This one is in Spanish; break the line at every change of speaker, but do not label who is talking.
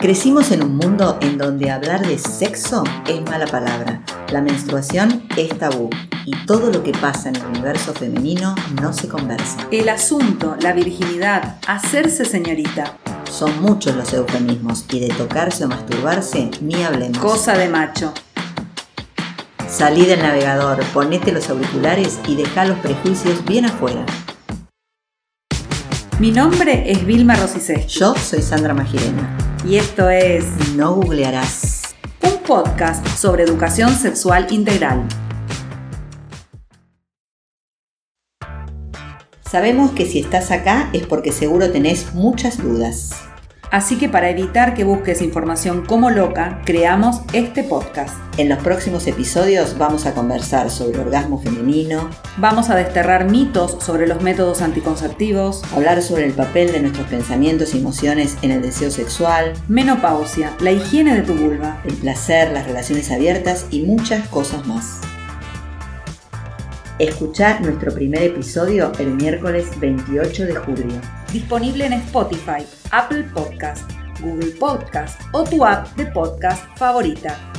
Crecimos en un mundo en donde hablar de sexo es mala palabra, la menstruación es tabú y todo lo que pasa en el universo femenino no se conversa.
El asunto, la virginidad, hacerse señorita,
Son muchos los eufemismos y de tocarse o masturbarse ni hablemos.
cosa de macho.
Salí del navegador, ponete los auriculares y deja los prejuicios bien afuera.
Mi nombre es Vilma Rosicés
Yo soy Sandra Magirena.
y esto es
No googlearás.
un podcast sobre educación sexual integral.
Sabemos que si estás acá es porque seguro tenés muchas dudas.
Así que para evitar que busques información como loca, creamos este podcast.
En los próximos episodios vamos a conversar sobre orgasmo femenino,
Vamos a desterrar mitos sobre los métodos anticonceptivos,
hablar sobre el papel de nuestros pensamientos y emociones en el deseo sexual,
menopausia, la higiene de tu vulva.
el placer, las relaciones abiertas y muchas cosas más. Escuchá nuestro primer episodio el miércoles 28 de julio.
Disponible en Spotify, Apple Podcast, Google Podcast o tu app de podcast favorita.